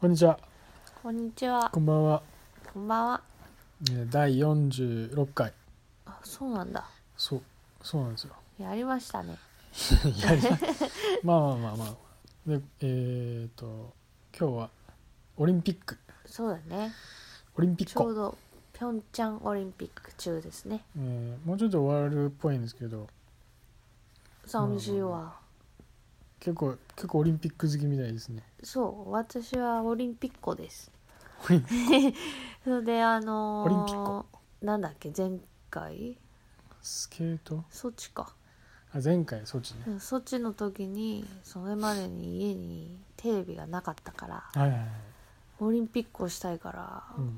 こんにちは。こんにちは。こんばんは。こんばんは。えー第46回。あ、そうなんだ。そう、そうなんですよ。やりましたね。いやいやまあまあまあまあ。で、えっと、今日はオリンピック、そうだね。オリンピッちょクう。どピョンチャンオリンピック中ですね。えーもうちょっと終わるっぽいんですけど、寂しいわ。結構、結構オリンピック好きみたいですね。 そう、私はオリンピッコです。オリンピックそれで、あのーオリンピッコなんだっけ、前回スケートソチか。あ、前回、そっちね。うんソチの時に、それまでに家にテレビがなかったから、はいはいはい。オリンピックをしたいから、うん。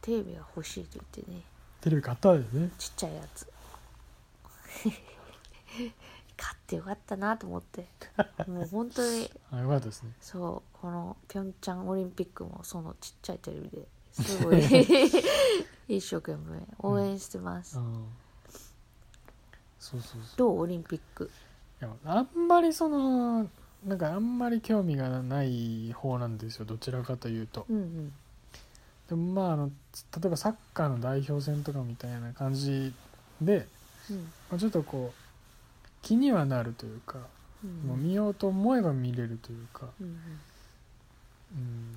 テレビが欲しいと言ってね。テレビ買ったんですね。ちっちゃいやつ 買ってよかったなと思ってもう本当にあ、よかったですね。そうこのピョンチャンオリンピックもそのちっちゃいテレビで すごい一生懸命応援してます、あーそうそうそう。どうオリンピックいやあんまりそのなんかあんまり興味がない方なんですよどちらかというとうんうんでもまああのつ例えばサッカーの代表戦とかみたいな感じで、うんまあ、ちょっとこう気にはなるというか、うもうん見ようと思えば見れるというかうんうん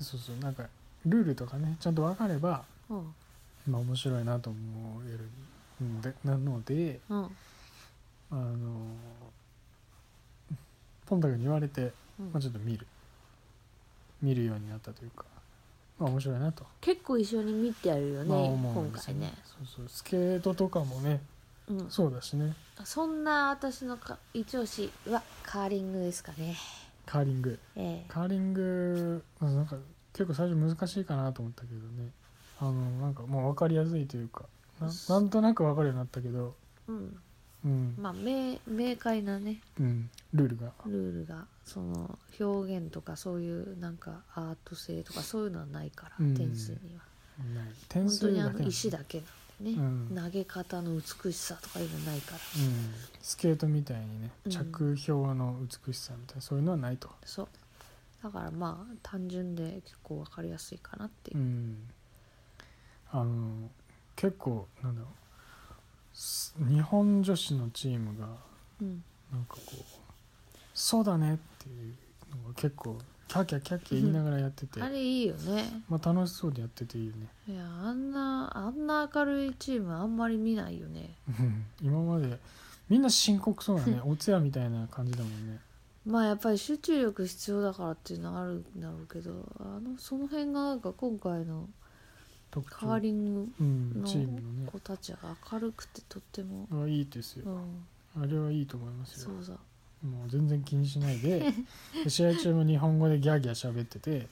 そうそうなんかルールとかねちゃんと分かれば、うんまあ、面白いなと思えるんでなのでうんあのポンタ君に言われてうんまあ、ちょっと見る見るようになったというか、まあ、面白いなと、結構一緒に見てやるよね、まあ、思う今んです回ね、そうそうスケートとかもねうん、そうだしねそんな私のか一押しはカーリングですかねカーリングええカーリングまあなんか結構最初難しいかなと思ったけどねあのなんかもう分かりやすいというかななんとなく分かるようになったけど、うんうんまあ明明快なねうん、ルールがルールがその表現とかそういうなんかアート性とかそういうのはないから、うん点数にはない点本当数にあだけの石だけなんでね、うん投げ方の美しさとかいうのないからうん、スケートみたいにねうん着氷の美しさみたいなそういうのはないと、そうだからまあ単純で結構わかりやすいかなっていうう、ん、あの結構なんだろうす日本女子のチームがうんなんかこう「そうだね」っていうのが結構キャーキャーキャーキャー言いながらやってて、あれいいよねまあ、楽しそうでやってていいよねいやあんなあんな明るいチームあんまり見ないよねうん今までみんな深刻そうな ねお通夜みたいな感じだもんねまあやっぱり集中力必要だからっていうのはあるんだろうけどあのその辺がなんか今回の特カーリングうん、のチームのね子たちは明るくてとっても、あいいですうよん、あれはいいと思いますそようだもう全然気にしない でで試合中も日本語でギャーギャー喋ってて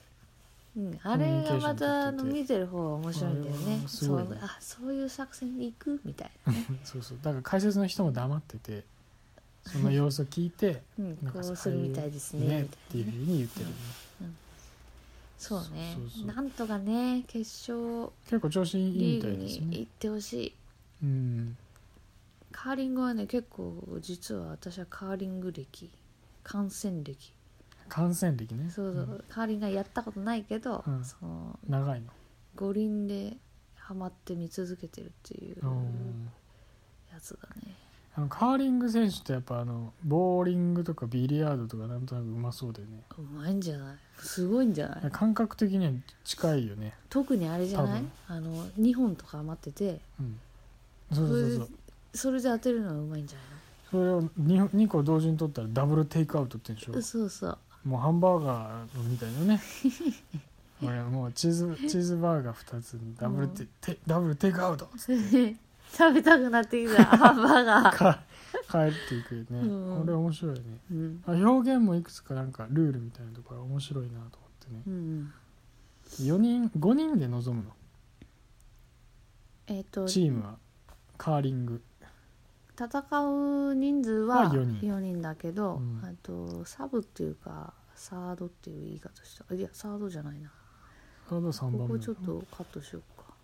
うん、あれがまたあコミュニケーション取ってての見てる方が面白いんだよあれねはすそごいうねあそういう作戦で行くみたいなね、そうそうだから解説の人も黙っててその様子を聞いてうん、なんかこうすそうるいうみたいです「ねね」っみてたいいうなふうねに言ってる、ね、そうねそうそうなんとかね決勝結構調子いいみリたーいグですにね行ってほしいうんカーリングはね結構実は私はカーリング歴観戦歴感染歴ねそうそう、カーリングはやったことないけど、うんそのうん長いの五輪でハマって見続けてるっていううんやつだねあのカーリング選手ってやっぱあのボーリングとかビリヤードとかなんとなくうまそうだよねうまいんじゃないすごいんじゃない感覚的には近いよね特にあれじゃ多ない分あの2本とか余っててうんそうそうそうそうそれで当てるのはうまいんじゃそれを 2, 2個同時に取ったらダブルテイクアウトって言うんでしょないのそうそうもうハンバーガーみたいなね 俺もうチーズチーズバーガー2つダブルテ,、テダブルテイクアウトつって 食べたくなって きたハンバーガーか帰っていくよね、うんこれ面白いねうん、あ表現もいくつかなんかルールみたいなところ面白いなと思ってねうん、 4人5人で臨むえっ、とのチー戦ムはカーリングう人数はは四人4人だけど、うんあとサブっていうかサードっていう言い方したいやサードじゃないなカード3番目ここちょっとカットしようか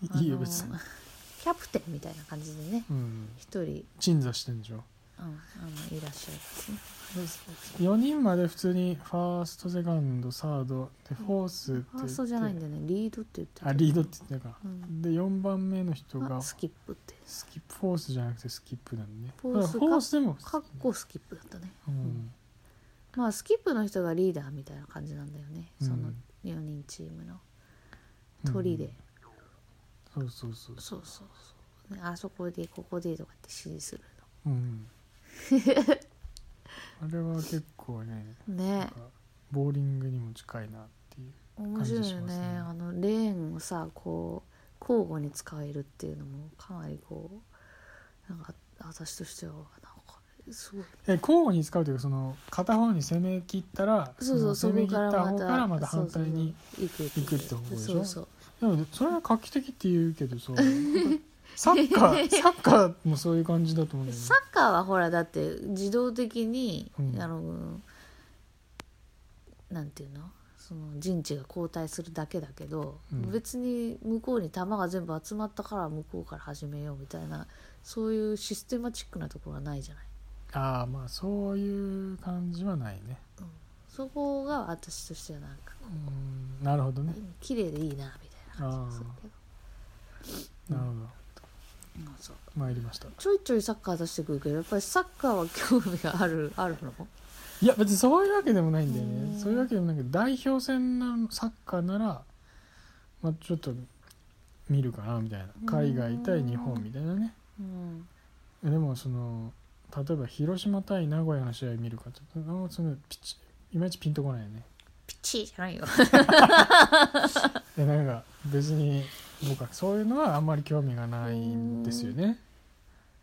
いいあよの別に、キャプテンみたいな感じでねうん、一人鎮座してんでしょうん、あのいらっしゃいますね。 4人まで普通にファーストセカンドサードでフォースってフ言っァてーストじゃないんだよね、リードって言ってたあリードって言ってたかうら、んで4番目の人あがスキップって。スキップフォースじゃなくてスキップなんでフォースだからフォースでもかっこスキップだったね。うんまあスキップの人がリーダーみたいな感じなんだよね。うんその4人チームの鳥で、うんそうそうそうそうそうそう、ね、あそこでここでとかって指示する うんあれは結構ねの。ねなんかボーリングにも近いなっていう面白い感じしよまねすねあのレーンをさこう交互に使えるっていうのもかなりこうなんか私としてはなんかすごいえ交互に使うというかその片方に攻め切ったらそうそうその攻そこめ切かっらたま方たからまた反対にそうそうそう行く行くってことでしょそうそうでもそれは画期的って言うけどさ サッカーサッカーもそういう感じだと思うんだよねサッカーはほらだって自動的に、うんあのなんていうのその陣地が交代するだけだけど、うん別に向こうに球が全部集まったから向こうから始めようみたいなそういうシステマチックなところはないじゃないああまあそういう感じはないねそこが私としてはなんかうんなるほどね綺麗でいいなみたいな感じがするけどなるほどうんそう参りましたちょいちょいサッカー出してくるけどやっぱりサッカーは興味があるあるのいや別にそういうわけでもないんだようんねそういうわけでもないけど代表戦のサッカーならまあちょっと見るかなみたいな海外対日本みたいなねうんでもその例えば広島対名古屋の試合見るかちょっとあんまそのピチいまいちピンとこないよねピッチーじゃないよでなんか別に僕はそういうのはあんまり興味がないんですよね、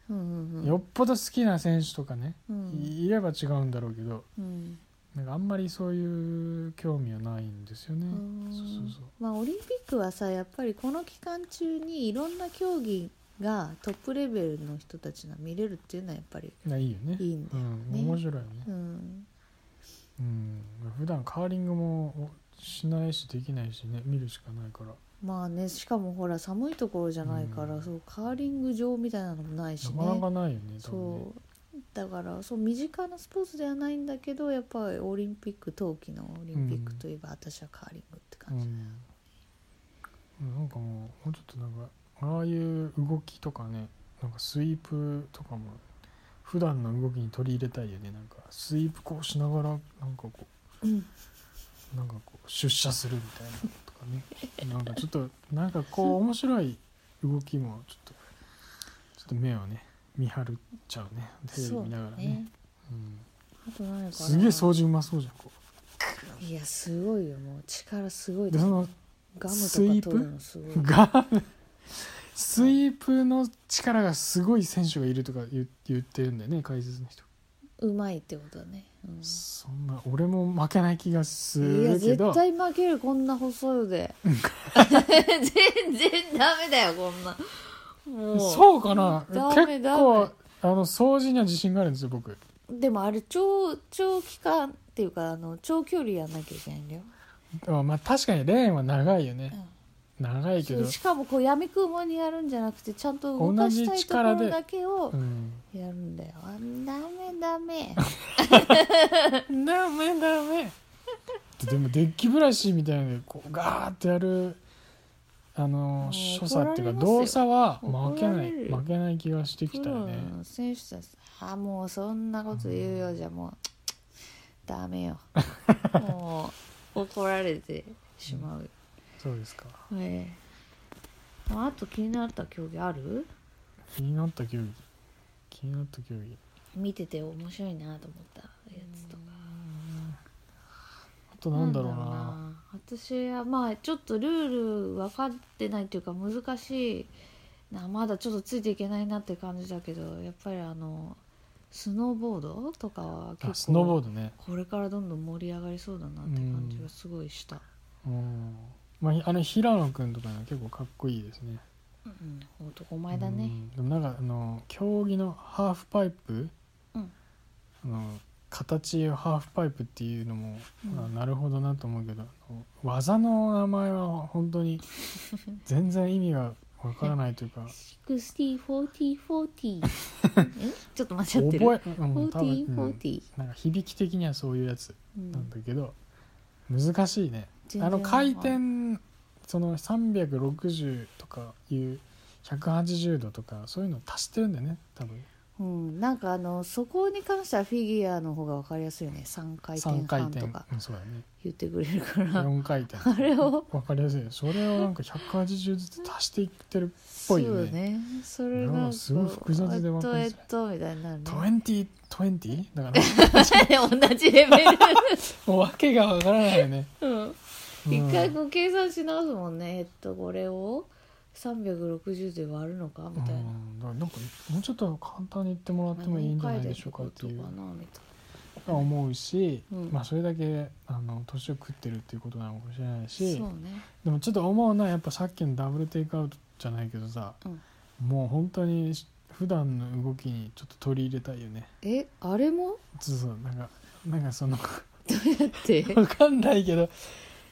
うんうんうんよっぽど好きな選手とかね、うんいれば違うんだろうけどうんなんかあんまりそういう興味はないんですよね、そうそうそうまあオリンピックはさやっぱりこの期間中にいろんな競技がトップレベルの人たちが見れるっていうのはやっぱりないいよねいいんだうよん、ね面白いよね、うんうん、普段カーリングもしないしできないしね見るしかないからまあねしかもほら寒いところじゃないから、うんそうカーリング場みたいなのもないしねなかなかないよね多分ねそうだからそう身近なスポーツではないんだけどやっぱりオリンピック冬季のオリンピックといえば私はカーリングって感じ、うん、なんかもうもうちょっとなんかああいう動きとかねなんかスイープとかも普段の動きに取り入れたいよねなんかスイープこうしながらなんかこう、うんなんかこう出社するみたいなのとかねなんかちょっとなんかこう面白い動きもちょっとちょっと目をね見張るっちゃうねテレビ見ながらねうん、あと何かなすげえ掃除うまそうじゃんこいやすごいよもう力すごういでそのガムとかスイ取ープるのすごいがスイープの力がすごい選手がいるとか言言ってるんだよね解説の人うまいってことだね、うんそんな俺も負けない気がすいやるけ絶ど対負けるこんな細いので全然ダメだよこんなもうそうかなダメ結ダ構メあの掃除には自信があるんですよ僕でもあれ長長期間っていうかあの長距離やんなきゃいけないんだよ、あまあ確かにレーンは長いよね、うん長いけどそうしかもこうやみくもにやるんじゃなくてちゃんと動かしたいとこ同じろ力でだけをうんやるんだよあダメダメ ダメダメでもデッキブラシみたいなのでこうガーってやるあのもう所作っていうか怒られ動ます作は負怒けらないれる負けない気がしてきプたよロねの選手たちあもうそんなこと言うようじゃもうダメ よもう怒られてしまうよ、そうですかええあと気になった競技ある気になった競技気になった競技見てて面白いなと思ったやつとかあとなんだろうな私はまあちょっとルール分かってないというか難しいなまだちょっとついていけないなって感じだけどやっぱりあのスノーボードとかは結構あスノーボードねこれからどんどん盛り上がりそうだなって感じがすごいした、うんまあひ、あの平野君とかね結構かっこいいですねうん男前だうねんでもなんかあの競技のハーフパイプ、うん あの形をハーフパイプっていうのも、うんまあなるほど なと思うけどあの技の名前は本当に全然意味がわからないというか60、40、40。んちょっと間違ってる。覚え、うん、多分、 40、うん、 40。なんか響き的にはそういうやつうんなんだけど、難しいね全然あのわか回んない転その360とかいう180度とかそういうの足してるんだよね多分うん、なんかあのそこに関してはフィギュアの方が分かりやすいよね3回3転回半転とかうん、そうだ ね言ってくれるから4回転あれをわかりやすいよそれをなんか180ずつ足していってるっぽいよそうねねそれがなんかすごい複雑で分かりえづらいっとえっとみたいになるね2020だから 同じ レベル、もう訳がわからないよね、うんうん一回こう計算し直すもんねえっとこれを360で割るのかみたいな、うんだからなんかもうちょっと簡単に言ってもらってもいいんじゃないでしょうかっていう何回でってことかなみたい思うし、うんまあそれだけあの年を食ってるっていうことなのかもしれないしなそうねでもちょっと思うのはやっぱさっきのダブルテイクアウトじゃないけどさ、うんもう本当に普段の動きにちょっと取り入れたいよねえあれもそうそうなんかなんかそのどうやってわかんないけど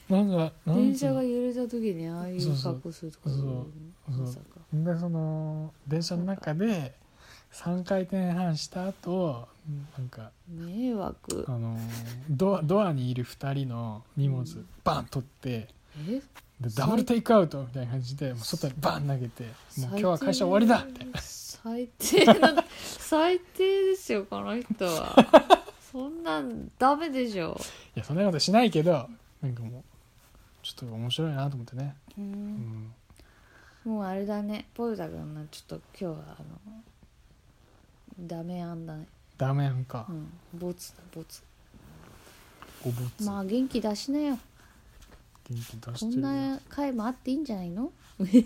なんかなん電つう車がの揺れた時にああいう格好するとかそうそういうそうまさかみんなその電車の中で3回転半した後なんか迷惑あのードアドアにいる2人の荷物うんバン取ってえで最ダブルテイクアウトみたいな感じでもう外にバン投げてもう今日は会社終わりだみたいな最低 な最低ですよこの人はそんなんダメで しょいやそんなことしないけどなんかもうちょっと面白いなと思ってね、ううんん、もうあれだねポルタ君のちょっと今日はあのダメ案だねダメなんかうんボツだボツおぼつ、まあ元気出しなよ元気出こしてんるよ、はな回もあっていいんじゃないのい、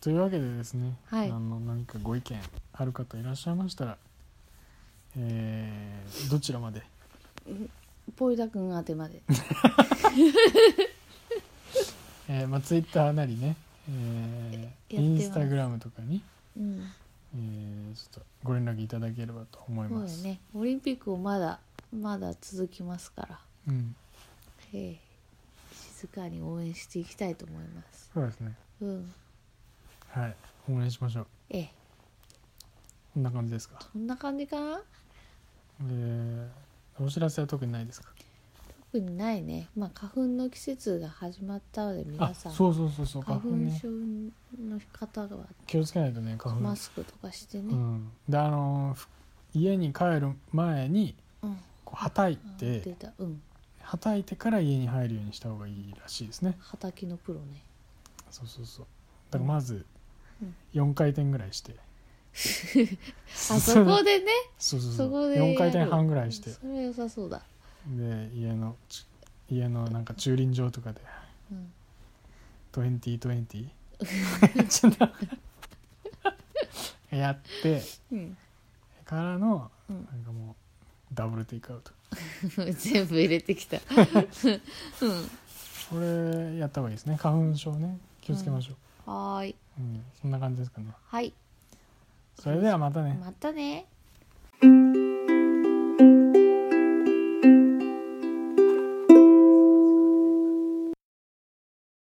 というわけでですね、はいあの何かご意見ある方いらっしゃいましたらえーどちらまでポルタ君宛て までえーまあ、ツイッターなりね、えーやっインてスますタグラムとかに、うんえーちょっとご連絡いただければと思いそうまだす。ねオリンピックもまだまだ続きますから、うん、ええ静かに応援していきたいと思いますそうですね。うんはい、応援しましょう。ええこんな感じですか。そんな感じかなえーお知らせは特にないですか。特にないねまあ花粉の季節が始まったのであ、皆さんそうそうそうそう、花花粉粉ね。症の方は気をつけないとね、花粉。マスクとかしてうね、ん、で、あのーふ家に帰る前に、うんこうはたいあ出て、たうんはたいてから家に入るようにした方がいいらしいですね。畑のプロ ねそうそうそう。だからまずうん4回転ぐらいして。 あそこでね そうそうそそうこで4回転半ぐらいしてでそれ良さそうだ、家のち家のなんか駐輪場とかでうん、 2020 ちょっとやってうん、からのうなんんかもうダブルテイクアウト 全部入れて きたうんこれやった方がいいですね花粉症ね気をつけましょう、はーいうんそんな感じですかねはいそれではまたねまたね